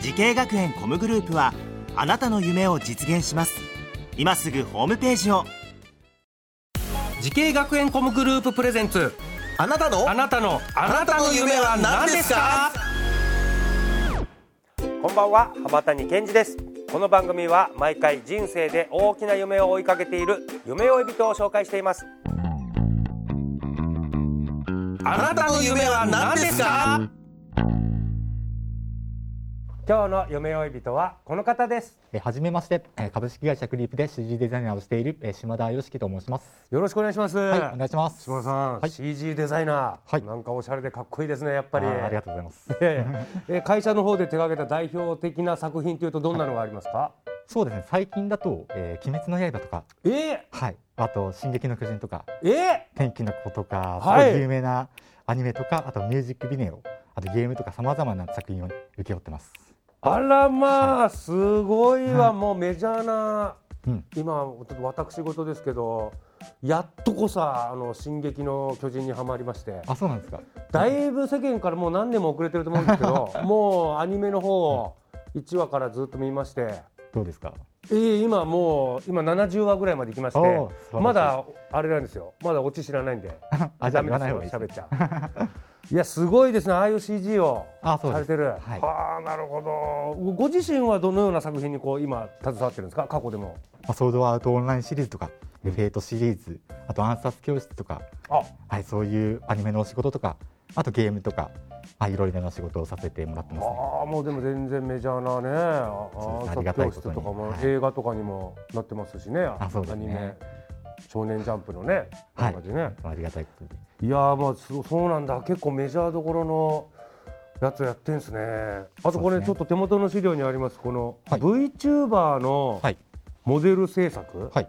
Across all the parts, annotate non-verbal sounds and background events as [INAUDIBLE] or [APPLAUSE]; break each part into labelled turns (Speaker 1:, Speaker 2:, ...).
Speaker 1: 時系学園コムグループはあなたの夢を実現します今すぐホームページを
Speaker 2: 時系学園コムグループプレゼンツ
Speaker 3: あなたの
Speaker 2: あなたのあなたの夢は何ですか
Speaker 4: こんばんは浜谷健二ですこの番組は毎回人生で大きな夢を追いかけている夢追い人を紹介しています
Speaker 2: あなたの夢は何ですか
Speaker 4: 今日の夢追い人はこの方です
Speaker 5: えーはじめまして、えー株式会社クリープで CG デザイナーをしているえー島田よしきと申します。
Speaker 4: よろしくお願いします、
Speaker 5: はい、お願いします。
Speaker 4: 島田さん、
Speaker 5: はい
Speaker 4: CG デザイナー、
Speaker 5: はい
Speaker 4: なんかおしゃれでかっこいいですねやっぱり
Speaker 5: あーありがとうございます。
Speaker 4: えええ会社の方で手掛けた代表的な作品というとどんなのがありますか、
Speaker 5: そうですね、最近だと、えー、鬼滅の刃とか、
Speaker 4: ええ
Speaker 5: はい、あと進撃の巨人とか、
Speaker 4: ええ
Speaker 5: 天気の子とか、
Speaker 4: はい
Speaker 5: すごい有名なアニメとか、あとミュージックビデオ、あとゲームとかさまざまな作品を受け負ってます。
Speaker 4: あらまあすごいわもうメジャーな
Speaker 5: うん、
Speaker 4: 今ちょっと私事ですけどやっとこさあの進撃の巨人にはまりまして
Speaker 5: あ、そうなんですか。
Speaker 4: だいぶ世間からもう何年も遅れてると思うんですけ [LAUGHS] どもうアニメの方を1話からずっと見まして、
Speaker 5: どうですか。 [LAUGHS]
Speaker 4: えー今もう今70話ぐらいまで行きまし
Speaker 5: おー
Speaker 4: て
Speaker 5: 素晴らしい
Speaker 4: まだあれなんですよまだオチ知らないんで
Speaker 5: あ、じゃあ言わない方がいいです
Speaker 4: 喋っちゃう [LAUGHS] いやすごいですねああいう CG を
Speaker 5: あそう
Speaker 4: さ
Speaker 5: です
Speaker 4: れてるは
Speaker 5: はい
Speaker 4: あなるほどご自身はどのような作品にこう今携わってるんですか過去でも
Speaker 5: まあ、ソードアウトオンラインシリーズとか、フェイトシリーズ、あと暗殺教室とか、
Speaker 4: あ
Speaker 5: はい、そういうアニメのお仕事とか、あとゲームとか、はい、いろいろなお仕事をさせてもらってますね。
Speaker 4: ああもうでも全然メジャーなねあ
Speaker 5: そ
Speaker 4: 暗
Speaker 5: うあり
Speaker 4: 殺
Speaker 5: がた
Speaker 4: 教
Speaker 5: いこ
Speaker 4: 室
Speaker 5: と
Speaker 4: と
Speaker 5: に
Speaker 4: かも、
Speaker 5: はい
Speaker 4: 映画とかにもなってますしね
Speaker 5: あそうで
Speaker 4: ア
Speaker 5: すね
Speaker 4: ニメ「少年ジャンプ」のね、
Speaker 5: は
Speaker 4: とかでね
Speaker 5: い、ありがたいことで。
Speaker 4: いやーまあそそうなんだ結構メジャーどころのやつやってんすねあとこれ、
Speaker 5: そうですね
Speaker 4: ちょっと手元の資料にありますこの、
Speaker 5: はい
Speaker 4: VTuber の
Speaker 5: はい、
Speaker 4: モデル制作、
Speaker 5: はい、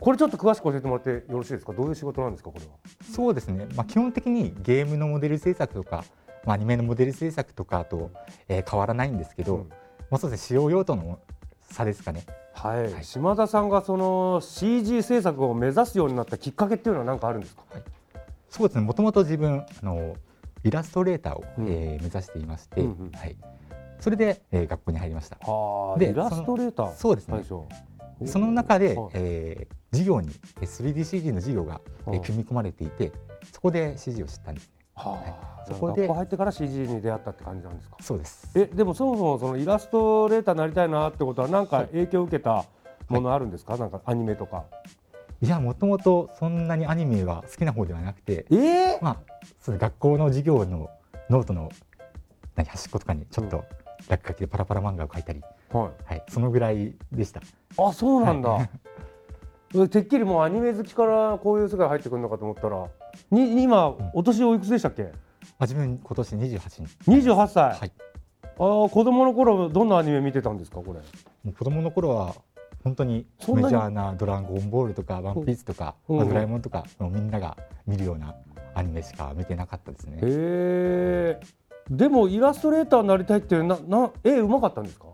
Speaker 4: これちょっと詳しく教えてもらってよろしいですかどういう仕事なんですかこれは
Speaker 5: そうですね。まあ、基本的にゲームのモデル制作とか、まあ、アニメのモデル制作とかと、えー変わらないんですけど、
Speaker 4: うん
Speaker 5: まあ、そうですね。使用用途の差ですかね。
Speaker 4: はい、島田さんがその CG 制作を目指すようになったきっかけっていうのは何かあるんですか
Speaker 5: そうですね。もともと自分、あのイラストレーターを、
Speaker 4: うん
Speaker 5: えー目指していまして、
Speaker 4: うんうん
Speaker 5: はい。それで、えー学校に入りました。
Speaker 4: はあ
Speaker 5: で
Speaker 4: イラストレーター
Speaker 5: そうですね
Speaker 4: 最初
Speaker 5: その中で、
Speaker 4: はい
Speaker 5: えー事業にえー 3DCG の事業が、えー
Speaker 4: うん
Speaker 5: 組み込まれていてそこで CG を知ったんですね
Speaker 4: はあ
Speaker 5: そこで
Speaker 4: 学校入ってから CG に出会ったって感じなんですか
Speaker 5: そうです
Speaker 4: えでもそもそもそのイラストレーターになりたいなってことはなんか影響を受けたものあるんですか、なんかアニメとか
Speaker 5: いやもともとそんなにアニメは好きな方ではなくて
Speaker 4: ええ
Speaker 5: まあその学校の授業のノートの何端っことかにちょっと落書きでパラパラ漫画を描いたり、
Speaker 4: はい
Speaker 5: はい、そのぐらいでした
Speaker 4: あそうなんだ、え [LAUGHS] てっきりもうアニメ好きからこういう世界入ってくるのかと思ったらに今お年おいくつでしたっけ
Speaker 5: あ自分今年28に、
Speaker 4: 28歳、
Speaker 5: はい、
Speaker 4: あー子供の頃どんなアニメ見てたんですかこれ
Speaker 5: もう子供の頃は本当に
Speaker 4: そんな
Speaker 5: メ
Speaker 4: に
Speaker 5: ジャーな「ドラゴンボール」とか「ワンピース」とか「
Speaker 4: うん
Speaker 5: まあドラえもん」とかもうみんなが見るようなアニメしか見てなかったですね。
Speaker 4: へえでもイラストレーターになりたいってなな絵うまかったんですか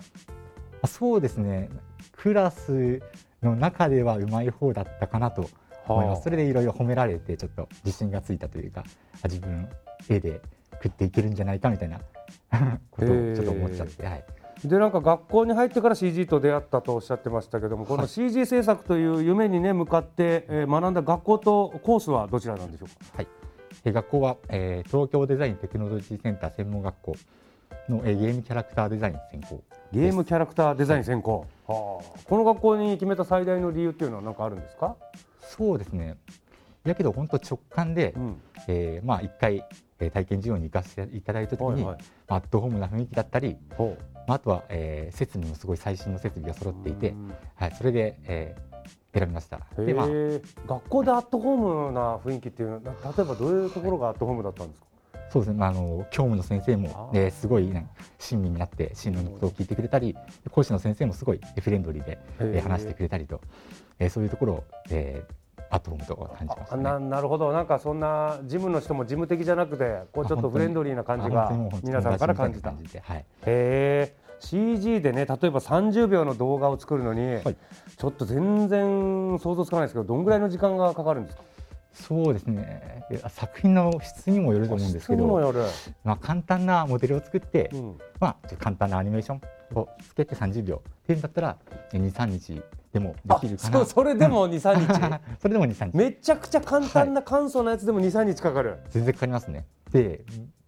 Speaker 5: あそうですねクラスの中ではうまい方だったかなと思い
Speaker 4: は
Speaker 5: ます、
Speaker 4: あ
Speaker 5: それでいろいろ褒められてちょっと自信がついたというかあ自分絵で食っていけるんじゃないかみたいな [LAUGHS] ことをちょっと思っちゃって、はい、
Speaker 4: でなんか学校に入ってから CG と出会ったとおっしゃってましたけどもこの CG 制作という夢にね向かって、えー学んだ学校とコースはどちらなんでしょうか
Speaker 5: え学校は、えー東京デザインテクノロジーセンター専門学校の、えーゲームキャラクターデザイン専攻
Speaker 4: ゲームキャラクターデザイン専攻、はあこの学校に決めた最大の理由っていうのは何かあるんですか、
Speaker 5: そうですねやけど本当直感で、
Speaker 4: うん
Speaker 5: えーまあ一回、えー体験授業に行かせていただいた時に、
Speaker 4: はいはい
Speaker 5: まあアットホームな雰囲気だったり、
Speaker 4: ほ
Speaker 5: まあ、あとは、えー設備もすごい最新の設備が揃っていて、はい、それで、えー選びました。
Speaker 4: う
Speaker 5: で、まあ、
Speaker 4: へえ学校でアットホームな雰囲気っていうのはな例えばどういうところがアットホームだったんですか、
Speaker 5: そうですね、まあ、あの教務の先生も、
Speaker 4: あー
Speaker 5: ね、すごい、ね、親身になって進路のことを聞いてくれたり講師の先生もすごいフレンドリーで、えー話してくれたりと、えーそういうところを、えー、アットホームと感じまし
Speaker 4: あ
Speaker 5: た、ね。
Speaker 4: ななるほど、なんかそんな事務の人も事務的じゃなくて、こうちょっとフレンドリーな感じが
Speaker 5: あ本当に
Speaker 4: 皆さんから感じた。
Speaker 5: 本当に友達みいな感じではい
Speaker 4: へえ CG でね例えば30秒の動画を作るのに、
Speaker 5: はい
Speaker 4: ちょっと全然想像つかないですけどどんぐらいの時間がかかるんですか
Speaker 5: そうですねいや作品の質にもよると思うんですけ
Speaker 4: 質にも
Speaker 5: ど、
Speaker 4: よる、
Speaker 5: まあ、簡単なモデルを作って、
Speaker 4: うん
Speaker 5: まあ、ちょっと簡単なアニメーションをつけて30秒っていうんだったら23日でもできるかな
Speaker 4: あそそれで
Speaker 5: [LAUGHS]
Speaker 4: も23日
Speaker 5: それでも23日
Speaker 4: めちゃくちゃ簡単な簡素なやつでも23日かかる、
Speaker 5: 全然かかりますねで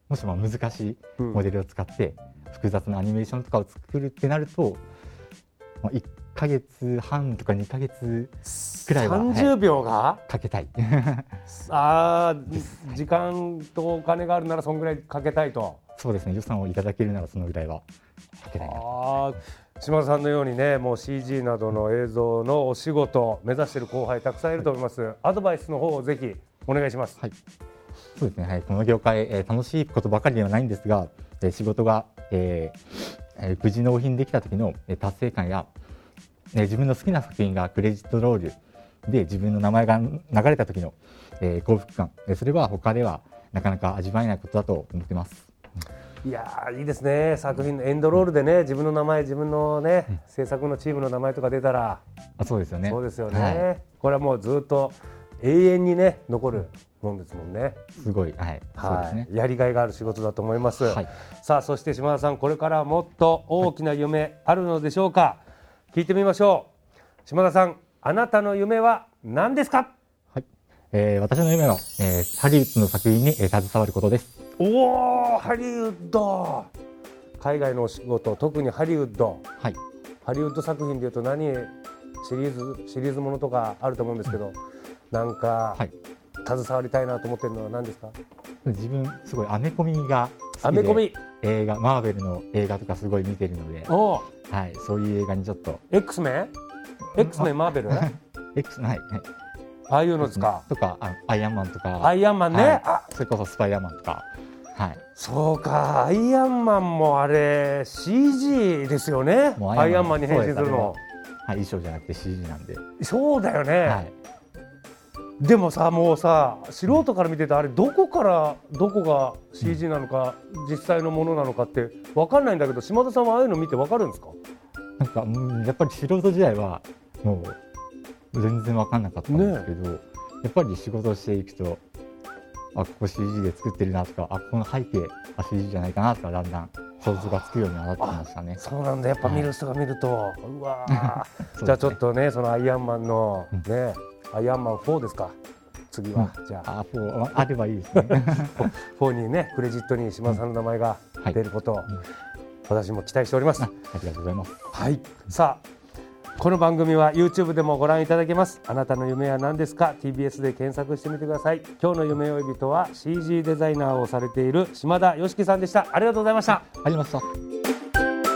Speaker 5: もしも難しい
Speaker 4: うん
Speaker 5: モデルを使って複雑なアニメーションとかを作るってなると、まあ、1か月半とか2か月くらいは、は
Speaker 4: 30秒が、
Speaker 5: いかけたい [LAUGHS]
Speaker 4: あー時間とお金があるならそんぐらいかけたいと。
Speaker 5: そうですね予算をいただけるならそのぐらいはかけたいな
Speaker 4: あー島田さんのようにねもう CG などの映像のお仕事を目指している後輩たくさんいると思います、アドバイスの方をぜひお願いします、
Speaker 5: はいそうですね、はい、この業界、えー楽しいことばかりではないんですが、えー仕事が、えーえー無事納品できた時のえー達成感や、えー自分の好きな作品がクレジットロールで自分の名前が流れた時の、えー幸福感、えーそれは他ではなかなか味わえないことだと思ってます。
Speaker 4: い、やーいいですね作品のエンドロールでね自分の名前自分のね、制作のチームの名前とか出たら
Speaker 5: あそうですよね
Speaker 4: そうですよね、
Speaker 5: は
Speaker 4: これはもうずっと永遠にね残るもんですもんね
Speaker 5: い、すごい、はい、そうで
Speaker 4: は
Speaker 5: す
Speaker 4: い、
Speaker 5: ね。
Speaker 4: やりがいがある仕事だと思います、
Speaker 5: はい
Speaker 4: さあそして島田さんこれからもっと大きな夢あるのでしょうか、聞いてみましょう島田さんあなたの夢は何ですか
Speaker 5: はいえー私の夢は、えーハリウッドの作品に、えー携わることです。
Speaker 4: おおハリウッド海外のお仕事特にハリウッド
Speaker 5: はい、
Speaker 4: ハリウッド作品でいうと何シリーズシリーズものとかあると思うんですけどなんか、
Speaker 5: はい、
Speaker 4: 携わりたいなと思ってるのは何ですか
Speaker 5: 自分すごいアメコミが好きで
Speaker 4: アメコミ
Speaker 5: 映画マーベルの映画とかすごい見てるので、
Speaker 4: お
Speaker 5: はい、そういう映画にちょっと
Speaker 4: X メン X メンマーベル
Speaker 5: [LAUGHS]
Speaker 4: あ
Speaker 5: X はい、はい、
Speaker 4: あいうのですか
Speaker 5: とかあアイアンマンとか
Speaker 4: アイアンマンね、
Speaker 5: はい
Speaker 4: あ
Speaker 5: それこそスパイダーマンとか、はい、
Speaker 4: そうか、アイアンマンもあれ CG ですよね。
Speaker 5: もう
Speaker 4: ア
Speaker 5: ア
Speaker 4: イ
Speaker 5: イ
Speaker 4: ア
Speaker 5: ア
Speaker 4: ン
Speaker 5: ン
Speaker 4: マ
Speaker 5: マ
Speaker 4: ン
Speaker 5: ン
Speaker 4: に変身するの。
Speaker 5: はい、衣装じゃなくて CG なんで、
Speaker 4: そうだよね、
Speaker 5: はい、
Speaker 4: でもさ、もうさ、素人から見てたあれどこからどこが CG なのか、実際のものなのかってわかんないんだけど、島田さんはああいうの見てわかるんですか？
Speaker 5: なんか、うん、やっぱり素人時代はもう全然分かんなかったんですけど、やっぱり仕事をしていくとあここ CG で作ってるなとかあこの背景あ CG じゃないかなとかだんだん想像がつくようになってきましたね。
Speaker 4: そうなんだ。やっぱ見る人が見ると、うわ [LAUGHS] ー
Speaker 5: そうですね
Speaker 4: じゃあちょっとね、そのアイアンマンの
Speaker 5: うん
Speaker 4: ね、アイアンマン4ですか？次は、じゃあ
Speaker 5: あそうああればいいですね。 [LAUGHS]
Speaker 4: 4にね、クレジットに島田さんの名前が
Speaker 5: はい
Speaker 4: 出ることを
Speaker 5: ん
Speaker 4: 私も期待しております
Speaker 5: あ。ありがとうございます。
Speaker 4: はい、さあこの番組は YouTube でもご覧いただけますあなたの夢は何ですか TBS で検索してみてください今日の夢追い人は CG デザイナーをされている島田よしきさんでしたありがとうございました
Speaker 5: ありました。